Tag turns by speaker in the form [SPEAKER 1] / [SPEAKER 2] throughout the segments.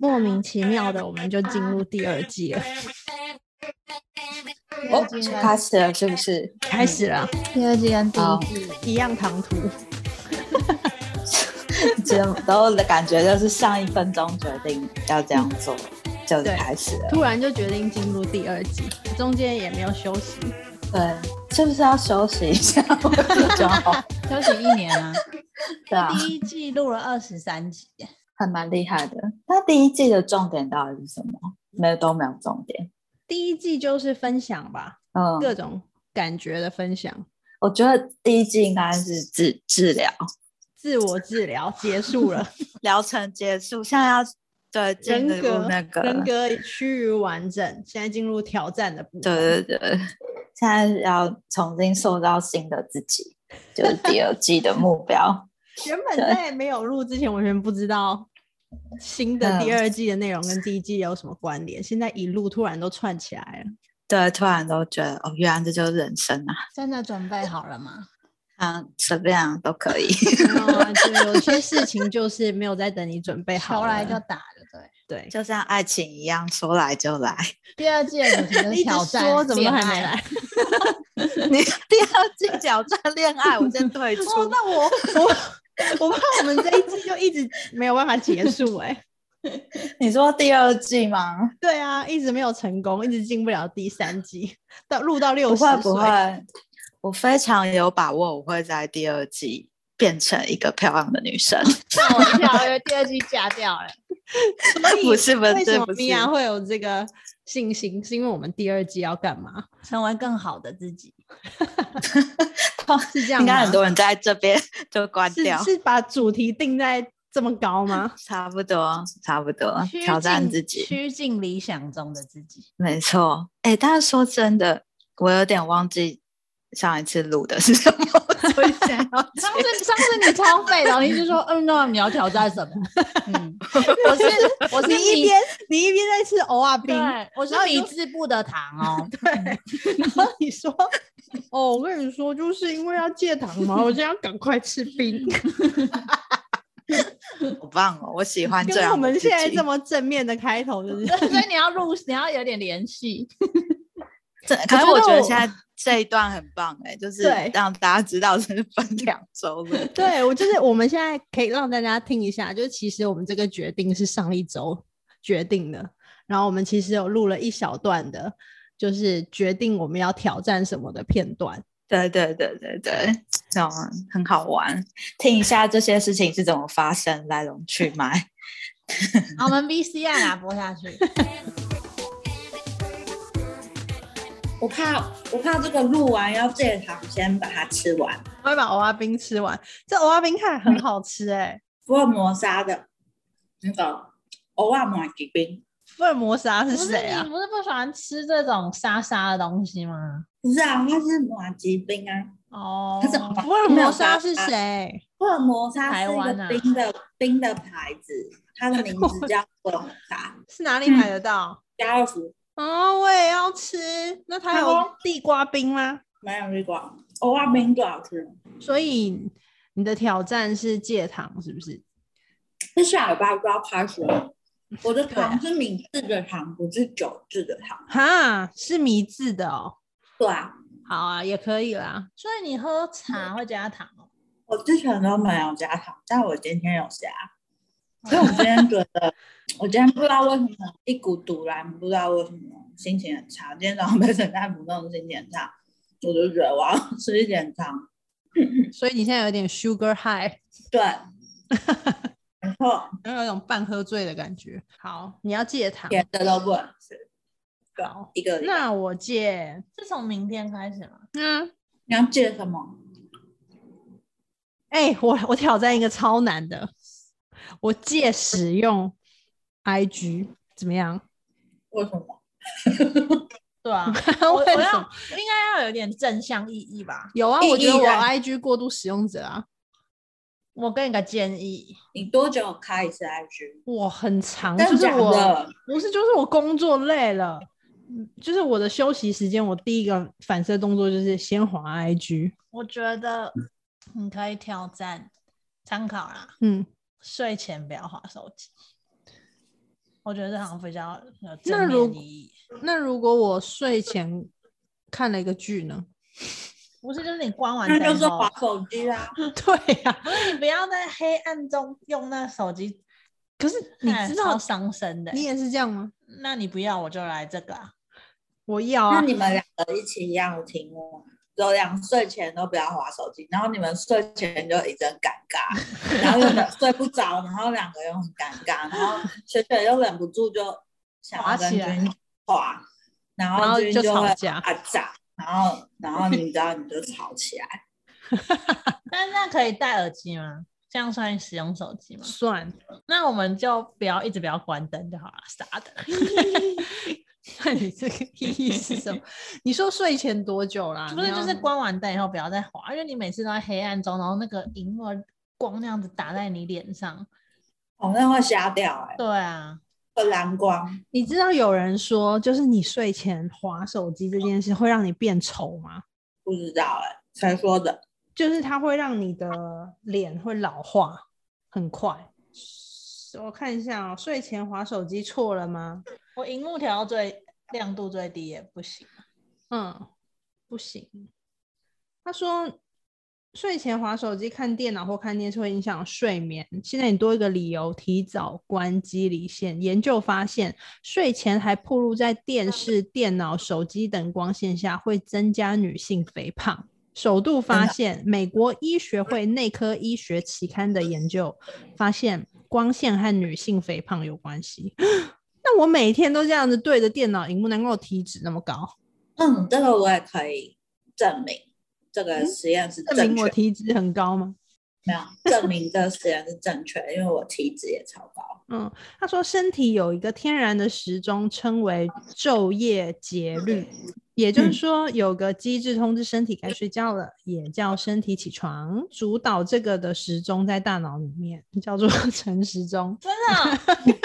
[SPEAKER 1] 莫名其妙的我们就进入第二季了，
[SPEAKER 2] 哦，开始了是不是？
[SPEAKER 1] 开始了，
[SPEAKER 2] 嗯
[SPEAKER 3] 第二季跟第
[SPEAKER 2] 好
[SPEAKER 3] 一季
[SPEAKER 1] 一样唐突。
[SPEAKER 2] 这样，然后的感觉就是上一分钟决定要这样做，就是
[SPEAKER 1] 对
[SPEAKER 2] 开始了。
[SPEAKER 1] 突然就决定进入第二季，中间也没有休息。
[SPEAKER 2] 对，是不是要休息一下？我就觉得好
[SPEAKER 3] 休息一年啊，
[SPEAKER 2] 对啊，
[SPEAKER 3] 第一季录了二十三集，
[SPEAKER 2] 还蛮厉害的。那第一季的重点到底是什么？没有，都没有重点。
[SPEAKER 1] 第一季就是分享吧，
[SPEAKER 2] 嗯，
[SPEAKER 1] 各种感觉的分享，
[SPEAKER 2] 我觉得第一季应该是治治疗
[SPEAKER 1] 自我治疗结束了，
[SPEAKER 2] 疗程结束，现在要对 进
[SPEAKER 1] 人
[SPEAKER 2] 入
[SPEAKER 1] 格
[SPEAKER 2] 那个
[SPEAKER 1] 人格趋于完整，现在进入挑战的部分。
[SPEAKER 2] 对对对， 现在要重新塑造新的自己，就是第二季的目标。
[SPEAKER 1] 原本在没有录之前，完全不知道新的
[SPEAKER 2] 嗯
[SPEAKER 1] 第二季的内容跟第一季有什么关联，现在一路突然都串起来了。
[SPEAKER 2] 对，突然都觉得哦，原来这就是人生啊！
[SPEAKER 3] 真的准备好了吗？
[SPEAKER 2] 啊，随便啊都可以。
[SPEAKER 1] 没有啊，就有些事情就是没有在等你准备好
[SPEAKER 3] 球
[SPEAKER 1] 了
[SPEAKER 3] 来就打了，对。
[SPEAKER 1] 对，
[SPEAKER 2] 就像爱情一样，说来就来。
[SPEAKER 3] 第二季的主 题就
[SPEAKER 1] 一
[SPEAKER 3] 是
[SPEAKER 1] 直
[SPEAKER 3] 挑战，
[SPEAKER 1] 说怎么都
[SPEAKER 3] 恋
[SPEAKER 1] 还没
[SPEAKER 3] 爱
[SPEAKER 1] 来？
[SPEAKER 2] 你第二季挑战恋爱，我先退出。
[SPEAKER 1] 哦，那我我我怕我们这一季就一直没有办法结束哎、
[SPEAKER 2] 你说第二季吗？
[SPEAKER 1] 对啊，一直没有成功，一直进不了第三季，到录到六
[SPEAKER 2] 不
[SPEAKER 1] 十
[SPEAKER 2] 会不会，我非常有把握，我会在第二季变成一个漂亮的女生。
[SPEAKER 3] 吓我一跳，因为第二季嫁掉了。
[SPEAKER 2] 不是不
[SPEAKER 1] 为
[SPEAKER 2] 是
[SPEAKER 1] 什么
[SPEAKER 2] 不是，
[SPEAKER 1] 米娅会有这个信心？是因为我们第二季要干嘛？
[SPEAKER 3] 成为更好的自己，哦
[SPEAKER 1] 是这样
[SPEAKER 2] 应该
[SPEAKER 1] 吗
[SPEAKER 2] 很多人在这边 就关掉
[SPEAKER 1] 是。是把主题定在这么高 吗？
[SPEAKER 2] 差不多，差不多，
[SPEAKER 3] 趋
[SPEAKER 2] 挑战
[SPEAKER 3] 近
[SPEAKER 2] 自己，
[SPEAKER 3] 趋近理想中的自己。
[SPEAKER 2] 没错。哎，但是说真的，我有点忘记上一次录的是什么，所以想要
[SPEAKER 3] 上次上次你超废的，你就说嗯，那你要挑战什么？嗯，我是我是
[SPEAKER 1] 你一
[SPEAKER 3] 米
[SPEAKER 1] 边你一边在吃偶尔冰，
[SPEAKER 3] 对，我是
[SPEAKER 1] 然后你
[SPEAKER 3] 米
[SPEAKER 1] 就
[SPEAKER 3] 字部的糖 哦。
[SPEAKER 1] 然后你说：“ 哦，我跟你说，就是因为要戒糖嘛，我就要赶快吃冰。
[SPEAKER 2] 好棒哦！我喜欢”这
[SPEAKER 1] 跟
[SPEAKER 2] 样。
[SPEAKER 1] 我们现在这，么正面的开头，就是
[SPEAKER 3] 所以你要录，你要有点联系。
[SPEAKER 2] 这可是
[SPEAKER 1] 觉
[SPEAKER 2] 我
[SPEAKER 1] 得
[SPEAKER 2] 觉
[SPEAKER 1] 我
[SPEAKER 2] 得现在这一段很棒哎， 就是
[SPEAKER 1] 对。
[SPEAKER 2] 让大家知道是分两周 的
[SPEAKER 1] 对我就是我们现在可以让大家听一下，就是其实我们这个决定是上一周决定的，然后我们其实有录了一小段的，就是决定我们要挑战什么的片段。
[SPEAKER 2] 对对对对对，嗯，很好玩，听一下这些事情是怎么发生，来龙去脉。
[SPEAKER 3] 好，我们 VCR 拿啊播下去。
[SPEAKER 2] 我怕我怕这个录完要戒糖，先把它吃完。
[SPEAKER 1] 我会把娃娃冰吃完，这娃娃冰看起来很好吃哎、
[SPEAKER 2] 福尔摩沙的那个欧亚马吉冰，
[SPEAKER 1] 福尔摩沙是
[SPEAKER 3] 不是
[SPEAKER 1] 谁啊
[SPEAKER 3] 你？不是不喜欢吃这种沙沙的东西吗？
[SPEAKER 2] 不是啊，它是马吉冰啊。
[SPEAKER 3] 哦
[SPEAKER 2] 它是好吧
[SPEAKER 1] 福尔
[SPEAKER 2] 没有
[SPEAKER 1] 摩沙
[SPEAKER 2] 沙
[SPEAKER 1] 是
[SPEAKER 2] 沙
[SPEAKER 1] 谁？
[SPEAKER 2] 福尔摩沙
[SPEAKER 3] 台
[SPEAKER 2] 是一
[SPEAKER 3] 湾啊
[SPEAKER 2] 个冰的、冰的牌子，它的名 字叫福尔摩沙。
[SPEAKER 1] 是哪里买得到？
[SPEAKER 2] 家乐福
[SPEAKER 1] 哦，我也要吃。那它
[SPEAKER 2] 好
[SPEAKER 1] 有
[SPEAKER 2] 哦
[SPEAKER 1] 地瓜冰吗？
[SPEAKER 2] 没有去过，欧亚冰最好吃。
[SPEAKER 1] 所以你的挑战是戒糖，是不是？
[SPEAKER 2] 那下礼拜就要开学了。我的
[SPEAKER 1] 对啊
[SPEAKER 2] 糖是米制的糖，不是酒制的糖。
[SPEAKER 1] 哈，是米字的哦。
[SPEAKER 2] 对啊，
[SPEAKER 1] 好啊，也可以啦。
[SPEAKER 3] 所以你喝茶会加糖哦。
[SPEAKER 2] 我之前都没有加糖，但我今天有加。所以我今天觉 得，我今天不知道为什么一股堵然，不知道为什么心情很差。今天早上被陈太不弄，心情很差，我就觉得我要吃一点糖。
[SPEAKER 1] 所以你现在有点 sugar high，
[SPEAKER 2] 对，然后
[SPEAKER 1] 然后有一种半喝醉的感觉。好，你要戒糖。
[SPEAKER 2] 甜的都不能吃，
[SPEAKER 1] 好，
[SPEAKER 2] 一个礼拜
[SPEAKER 1] 那我戒。
[SPEAKER 3] 是从明天开始吗？
[SPEAKER 1] 嗯，
[SPEAKER 2] 你要戒什么？
[SPEAKER 1] 哎、我我挑战一个超难的，我戒使用 IG 怎么样？
[SPEAKER 2] 为什么？
[SPEAKER 3] 对啊，我
[SPEAKER 1] 为
[SPEAKER 3] 我
[SPEAKER 1] 什
[SPEAKER 3] 要
[SPEAKER 1] 么
[SPEAKER 3] 应该要有点正向意义吧。
[SPEAKER 1] 有啊，
[SPEAKER 2] 意义
[SPEAKER 1] 我觉得我
[SPEAKER 2] 在
[SPEAKER 1] IG 过度使用者啊，
[SPEAKER 3] 我给你个建议，
[SPEAKER 2] 你多久开一次 IG？
[SPEAKER 1] 我很长，
[SPEAKER 2] 真
[SPEAKER 1] 就
[SPEAKER 2] 的
[SPEAKER 1] 是
[SPEAKER 2] 假
[SPEAKER 1] 我
[SPEAKER 2] 的？
[SPEAKER 1] 不是就是我工作累了，嗯就是我的休息时间，我第一个反射动作就是先滑 IG，
[SPEAKER 3] 我觉得你可以挑战参考啦。
[SPEAKER 1] 嗯，
[SPEAKER 3] 睡前不要划手机，我觉得这好像比较有
[SPEAKER 1] 那
[SPEAKER 3] 正
[SPEAKER 1] 如
[SPEAKER 3] 面意义。
[SPEAKER 1] 那如果我睡前看了一个剧呢？
[SPEAKER 3] 不是，就是你关完
[SPEAKER 2] 那
[SPEAKER 3] 灯
[SPEAKER 2] 就是
[SPEAKER 3] 后
[SPEAKER 2] 划手机啊，
[SPEAKER 1] 对呀、
[SPEAKER 3] 不是你不要在黑暗中用那手机，
[SPEAKER 1] 可是你
[SPEAKER 3] 哎
[SPEAKER 1] 知
[SPEAKER 3] 超
[SPEAKER 1] 道
[SPEAKER 3] 伤身的欸。
[SPEAKER 1] 你也是这样吗？
[SPEAKER 3] 那你不要，我就来这个、啊。
[SPEAKER 1] 我要
[SPEAKER 2] 那
[SPEAKER 1] 啊，
[SPEAKER 2] 你们两个一起一样的题目，有两睡前都不要划手机，然后你们睡前就一阵尴 尬，然后又忍睡不着，然后两个又很尴尬，然后雪雪又忍不住就想要
[SPEAKER 3] 滑
[SPEAKER 2] 跟
[SPEAKER 3] 起来
[SPEAKER 2] 君滑，然
[SPEAKER 1] 然后
[SPEAKER 2] 后君
[SPEAKER 1] 就吵
[SPEAKER 2] 会
[SPEAKER 1] 架
[SPEAKER 2] 啊炸，然后然后你知道你就吵起来，
[SPEAKER 3] 但是那可以戴耳机吗？这样算使用手机吗？
[SPEAKER 1] 算，
[SPEAKER 3] 那我们就不要一直不要关灯就好啊了，傻的。
[SPEAKER 1] 那你这个意义是什么？ 你说睡前多久啦？
[SPEAKER 3] 不是，
[SPEAKER 1] 你
[SPEAKER 3] 就
[SPEAKER 1] 要
[SPEAKER 3] 是关完灯以后不要再滑，因为你每次都在黑暗中，然后那个荧幕的光那样子打在你脸上。
[SPEAKER 2] 哦，那会瞎掉哎、
[SPEAKER 3] 对啊，
[SPEAKER 2] 会蓝光，
[SPEAKER 1] 你知道有人说，就是你睡前划手机这件事会让你变丑吗？
[SPEAKER 2] 不知道哎、谁说的？
[SPEAKER 1] 就是它会让你的脸会老化很快。我看一下哦，睡前划手机错了吗？
[SPEAKER 3] 我荧幕调到最亮度最低也不行。
[SPEAKER 1] 嗯，不行。他说，睡前划手机、看电脑或看电视会影响睡眠。现在你多一个理由提早关机离线。研究发现，睡前还暴露在电视、电脑、手机等光线下，会增加女性肥胖。首度发
[SPEAKER 2] 真的
[SPEAKER 1] 现，美国医学会内科医学期刊的研究发现，光线和女性肥胖有关系。 那我每天都这样子对着电脑荧幕，难怪我体脂那么高。
[SPEAKER 2] 嗯，这个我也可以证明，这个实验是
[SPEAKER 1] 证
[SPEAKER 2] 正
[SPEAKER 1] 明
[SPEAKER 2] 确
[SPEAKER 1] 我
[SPEAKER 2] 的。
[SPEAKER 1] 体脂很高吗？
[SPEAKER 2] 没有证明这个实验是正确的，因为我体脂也超高。
[SPEAKER 1] 嗯，他说身体有一个天然的时钟，称为昼夜节律，也就是
[SPEAKER 2] 嗯
[SPEAKER 1] 说有个机制通知身体该睡觉了，也叫身体起床。主导这个的时钟在大脑里面叫做 晨时钟，
[SPEAKER 3] 真的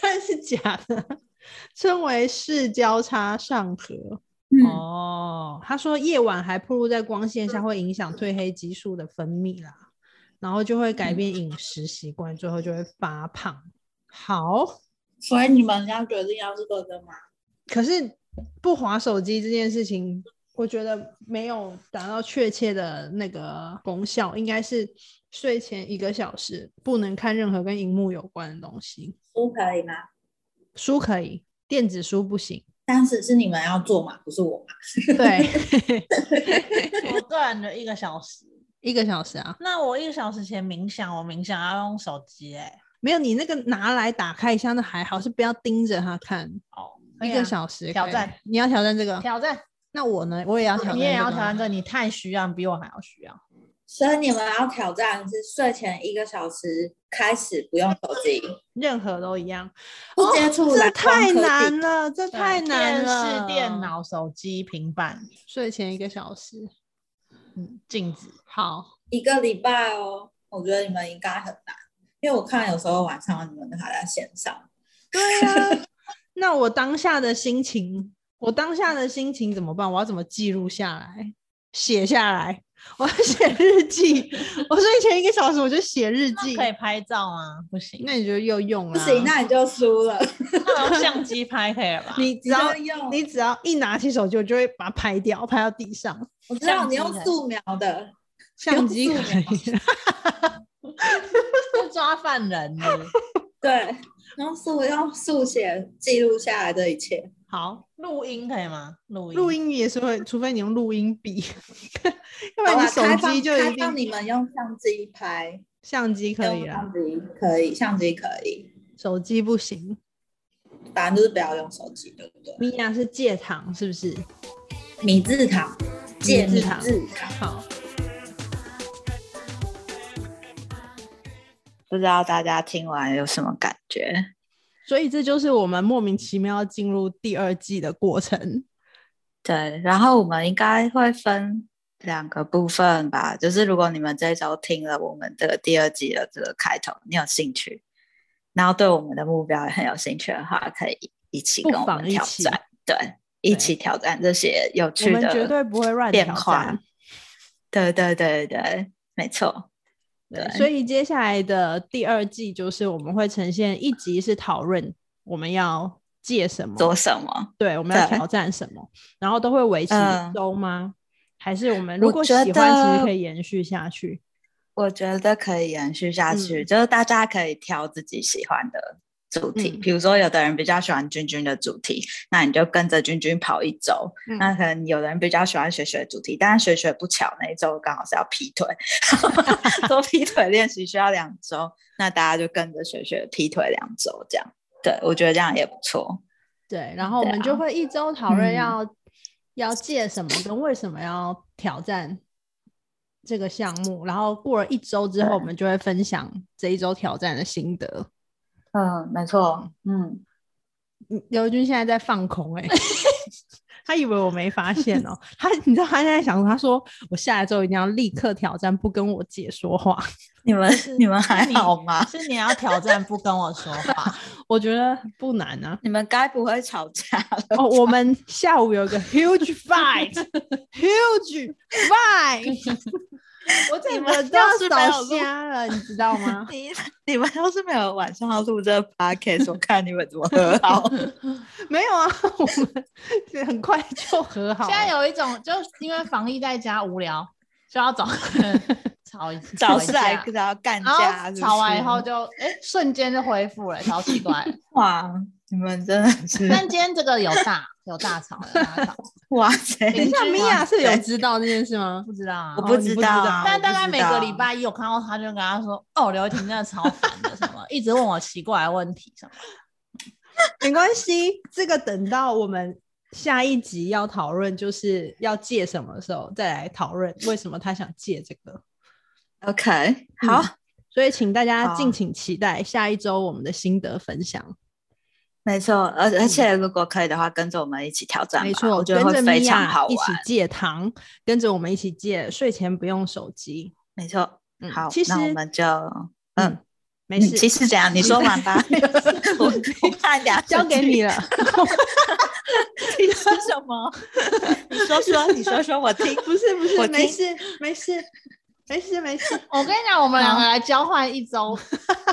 [SPEAKER 1] 但是假的，称为视交叉上核。
[SPEAKER 2] 嗯，
[SPEAKER 1] 哦，他说夜晚还暴露在光线下，会影响褪黑激素的分泌啦，然后就会改变饮食习惯，最后就会发胖。好，
[SPEAKER 2] 所以你们要决定要这个的吗？
[SPEAKER 1] 可是不划手机这件事情，我觉得没有达到确切的那个功效，应该是睡前一个小时不能看任何跟荧幕有关的东西，
[SPEAKER 2] 不可以吗？
[SPEAKER 1] 书可以，电子书不行。
[SPEAKER 2] 但是是你们要做嘛，不是我嘛。
[SPEAKER 1] 对，
[SPEAKER 3] 我个人的一个小时。
[SPEAKER 1] 一个小时啊，
[SPEAKER 3] 那我一个小时前冥想，我冥想要用手机哎、
[SPEAKER 1] 没有你那个拿来打开一下那还好，是不要盯着它看。
[SPEAKER 3] 哦，
[SPEAKER 1] 一
[SPEAKER 3] 可以
[SPEAKER 1] 个
[SPEAKER 3] 啊
[SPEAKER 1] 小时
[SPEAKER 3] 挑
[SPEAKER 1] 可以
[SPEAKER 3] 战，
[SPEAKER 1] 你要挑战这个？
[SPEAKER 3] 挑战，
[SPEAKER 1] 那我呢？我也要挑战、啊
[SPEAKER 3] 你也要挑战这个，你太需要，你比我还要需要。
[SPEAKER 2] 所以你们要挑战是睡前一个小时开始不用手机，
[SPEAKER 1] 任何都一 样。
[SPEAKER 2] 不接触
[SPEAKER 1] 哦这
[SPEAKER 2] 蓝
[SPEAKER 1] 太
[SPEAKER 2] 光科
[SPEAKER 1] 难
[SPEAKER 2] 技。
[SPEAKER 1] 了，这
[SPEAKER 3] 对
[SPEAKER 1] 太难了。
[SPEAKER 3] 电视、电，脑、手机、平板、
[SPEAKER 1] 睡前一个小时。
[SPEAKER 3] 嗯镜子，
[SPEAKER 1] 好，
[SPEAKER 2] 一个礼拜哦，我觉得你们应该很难，因为我看有时候晚上你们还在线上，
[SPEAKER 1] 对呀、那我当下的心情，我当下的心情怎么办？我要怎么记录下来？写下来，我要写日记。 我睡前一个小时我就写日
[SPEAKER 3] 那
[SPEAKER 1] 记
[SPEAKER 3] 可。以拍照吗？不行，
[SPEAKER 1] 那你觉得有用
[SPEAKER 2] 不
[SPEAKER 1] 啦？
[SPEAKER 2] 行，那你就输 了。
[SPEAKER 3] 那我用相机拍可以了吧？
[SPEAKER 1] 啊你只
[SPEAKER 2] 你
[SPEAKER 1] 要
[SPEAKER 2] 就用，
[SPEAKER 1] 你只要一拿起手机，我就会把它拍掉，拍到地上。
[SPEAKER 2] 我知道你
[SPEAKER 3] 相
[SPEAKER 2] 用
[SPEAKER 3] 机的
[SPEAKER 2] 素描的，
[SPEAKER 1] 相机可
[SPEAKER 2] 用素描
[SPEAKER 1] 以，
[SPEAKER 3] 就抓犯人 了，
[SPEAKER 2] 对，用速用速写记录下来这一切。
[SPEAKER 1] 好，
[SPEAKER 3] 录音可以吗？录音，
[SPEAKER 1] 录，音也是会，除非你用录音笔， 要不然
[SPEAKER 2] 好
[SPEAKER 1] 你
[SPEAKER 2] 啦
[SPEAKER 1] 手
[SPEAKER 2] 开放
[SPEAKER 1] 机就一
[SPEAKER 2] 开放
[SPEAKER 1] 定
[SPEAKER 2] 你们用相机拍，
[SPEAKER 1] 相机可以啊
[SPEAKER 2] 用
[SPEAKER 1] 啦，
[SPEAKER 2] 相机可以，相机可以，
[SPEAKER 1] 手机不行。
[SPEAKER 2] 反正就是不要用手机，对不对？
[SPEAKER 1] 米娅是戒糖是不是？
[SPEAKER 2] 米字塔，借
[SPEAKER 1] 米
[SPEAKER 2] 米
[SPEAKER 1] 字塔
[SPEAKER 2] 字塔，
[SPEAKER 1] 好，
[SPEAKER 2] 不知道大家听完有什么感觉？
[SPEAKER 1] 所以这就是我们莫名其妙进入第二季的过程。
[SPEAKER 2] 对，然后我们应该会分两个部分吧，就是如果你们这一周听了我们这个第二季的这个开头，你有兴趣，然后对我们的目标也很有兴趣的话，可以一起
[SPEAKER 1] 不
[SPEAKER 2] 跟我
[SPEAKER 1] 妨
[SPEAKER 2] 们
[SPEAKER 1] 一
[SPEAKER 2] 挑
[SPEAKER 1] 起
[SPEAKER 2] 战，对，一起挑战这些有
[SPEAKER 1] 我
[SPEAKER 2] 趣
[SPEAKER 1] 们
[SPEAKER 2] 的
[SPEAKER 1] 绝对不会乱
[SPEAKER 2] 变
[SPEAKER 1] 挑
[SPEAKER 2] 化
[SPEAKER 1] 战。
[SPEAKER 2] 对对对对，没错，
[SPEAKER 1] 对，
[SPEAKER 2] 对
[SPEAKER 1] 所以接下来的第二季就是我们会呈现一集是讨论我们要戒什么，
[SPEAKER 2] 做什么？
[SPEAKER 1] 对，我们要
[SPEAKER 2] 对
[SPEAKER 1] 挑战什么，然后都会维持一
[SPEAKER 2] 嗯
[SPEAKER 1] 周吗？还是我们
[SPEAKER 2] 我
[SPEAKER 1] 如果喜
[SPEAKER 2] 觉
[SPEAKER 1] 欢，其实
[SPEAKER 2] 得
[SPEAKER 1] 可以延续下去？
[SPEAKER 2] 我觉得可以延续下去，
[SPEAKER 1] 嗯
[SPEAKER 2] 就是大家可以挑自己喜欢的主题
[SPEAKER 1] 嗯，
[SPEAKER 2] 比、如说有的人比较喜欢君君的主题，那你就跟着君君跑一周；
[SPEAKER 1] 嗯
[SPEAKER 2] 那可能有的人比较喜欢雪雪的主题，但是雪雪不巧那一周刚好是要劈腿，做劈腿练习需要两周，那大家就跟着雪雪劈腿两周这样。对，我觉得这样也不错。
[SPEAKER 1] 对，然后我
[SPEAKER 2] 对
[SPEAKER 1] 们
[SPEAKER 2] 啊
[SPEAKER 1] 就会一周讨论
[SPEAKER 2] 嗯
[SPEAKER 1] 要、要戒什么，跟为什么要挑战这个项目。然后过了一周之后，我
[SPEAKER 2] 对
[SPEAKER 1] 们就会分享这一周挑战的心得。
[SPEAKER 2] 嗯，没错。嗯，
[SPEAKER 1] 嗯刘军现在在放空、欸， 哎，他以为我没发现哦、他你知道他现在想，他说我下一周一定要立刻挑战，不跟我姐说话。
[SPEAKER 2] 你们你们还
[SPEAKER 3] 你
[SPEAKER 2] 好吗？
[SPEAKER 3] 是你要挑战不跟我说 话，
[SPEAKER 1] 我觉得不难啊。
[SPEAKER 2] 你们该不会吵架了？
[SPEAKER 1] 哦，我们下午有一个 huge fight，huge fight，我整个都要烧瞎了，你知道 吗？
[SPEAKER 2] 你你们要是没有晚上要录这个 podcast，我看你们怎么 和好。
[SPEAKER 1] 没有啊，我们很快就和好
[SPEAKER 3] 现
[SPEAKER 1] 了。
[SPEAKER 3] 在有一种就是因为防疫在家无聊，就要 找个人吵一
[SPEAKER 2] 找
[SPEAKER 3] 吵一
[SPEAKER 2] 是
[SPEAKER 3] 架
[SPEAKER 2] 来，找干
[SPEAKER 3] 然
[SPEAKER 2] 架
[SPEAKER 3] 后
[SPEAKER 2] 是不是，
[SPEAKER 3] 吵完以后就哎、诶瞬间就恢复了，超奇 怪。
[SPEAKER 2] 哇，你们真的是
[SPEAKER 3] 但今天这个有大有大吵，有大吵，
[SPEAKER 2] 哇塞！
[SPEAKER 1] 等一下，
[SPEAKER 3] 邻
[SPEAKER 1] 米
[SPEAKER 3] 居吗
[SPEAKER 1] 娅是有知道这件事吗？
[SPEAKER 3] 不知道啊
[SPEAKER 2] 我。
[SPEAKER 1] 哦
[SPEAKER 2] 不
[SPEAKER 1] 你
[SPEAKER 2] 知
[SPEAKER 1] 不知道
[SPEAKER 2] 道啊，
[SPEAKER 3] 但
[SPEAKER 2] 我
[SPEAKER 3] 大
[SPEAKER 2] 不
[SPEAKER 3] 概
[SPEAKER 2] 知
[SPEAKER 3] 每个
[SPEAKER 2] 道
[SPEAKER 3] 礼拜一，我看到他就跟他说：“哦，刘婷真的超烦的，什么一直问我奇怪的问题什么。
[SPEAKER 1] 没关系，这个等到我们下一集要讨论，就是要戒什么时候再来讨论为什么他想戒这个。
[SPEAKER 2] OK，好，
[SPEAKER 1] 嗯所以，请大家
[SPEAKER 2] 好
[SPEAKER 1] 敬请期待下一周我们的心得分享。
[SPEAKER 2] 没错，而而且如果可以的话，跟着我们一起挑战吧，
[SPEAKER 1] 嗯没错，
[SPEAKER 2] 我觉得
[SPEAKER 1] 跟
[SPEAKER 2] 会
[SPEAKER 1] 着
[SPEAKER 2] 非
[SPEAKER 1] 米
[SPEAKER 2] 常
[SPEAKER 1] 娅
[SPEAKER 2] 好
[SPEAKER 1] 一起
[SPEAKER 2] 玩。
[SPEAKER 1] 戒糖，跟着我们一起戒睡前不用手机。
[SPEAKER 2] 没错，
[SPEAKER 1] 嗯，
[SPEAKER 2] 好
[SPEAKER 1] 其，实
[SPEAKER 2] 那我们就
[SPEAKER 1] 嗯
[SPEAKER 2] 嗯，
[SPEAKER 1] 没事，
[SPEAKER 2] 嗯其实怎样？你说完 吧，我我怕俩
[SPEAKER 1] 交给 你了。
[SPEAKER 2] 你说什么？你说说，你说说，我听。
[SPEAKER 1] 不是不
[SPEAKER 2] 我
[SPEAKER 1] 是，
[SPEAKER 2] 听
[SPEAKER 1] 没事没事没事没事。”
[SPEAKER 3] 我跟你讲，我们两个来交换一周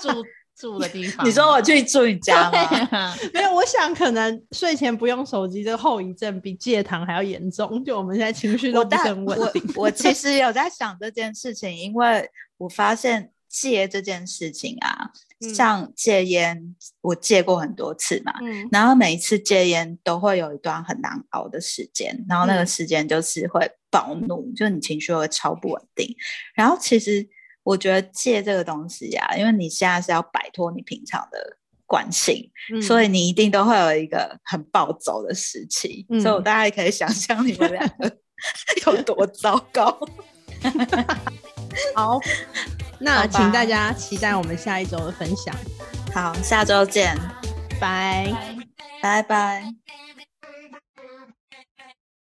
[SPEAKER 3] 住 住的地方。
[SPEAKER 2] 你说 我 去住你家
[SPEAKER 3] 对
[SPEAKER 2] 吗？
[SPEAKER 3] 啊
[SPEAKER 1] 没有，我想可能睡前不用手机这个后遗症比戒糖还要严重，就我们现在情绪都
[SPEAKER 2] 我
[SPEAKER 1] 不是
[SPEAKER 2] 但
[SPEAKER 1] 很稳
[SPEAKER 2] 我
[SPEAKER 1] 定。
[SPEAKER 2] 我其实有在想这件事情，因为我发现戒这件事情啊，
[SPEAKER 1] 嗯
[SPEAKER 2] 像戒烟，我戒过很多次嘛。
[SPEAKER 1] 嗯
[SPEAKER 2] 然后每一次戒烟都会有一段很难熬的时间，然后那
[SPEAKER 1] 嗯
[SPEAKER 2] 个时间就是会暴怒，就是你情绪会超不稳定。然后其实我觉得戒这个东西啊，因为你现在是要摆脱你平常的惯性，
[SPEAKER 1] 嗯
[SPEAKER 2] 所以你一定都会有一个很暴走的时期，所以我
[SPEAKER 1] 嗯
[SPEAKER 2] 大概可以想象你们两个 有多糟糕。
[SPEAKER 1] 好，那
[SPEAKER 2] 好吧
[SPEAKER 1] 请大家期待我们下一周的分享，
[SPEAKER 2] 好，下周见，
[SPEAKER 1] 拜。
[SPEAKER 2] 拜拜。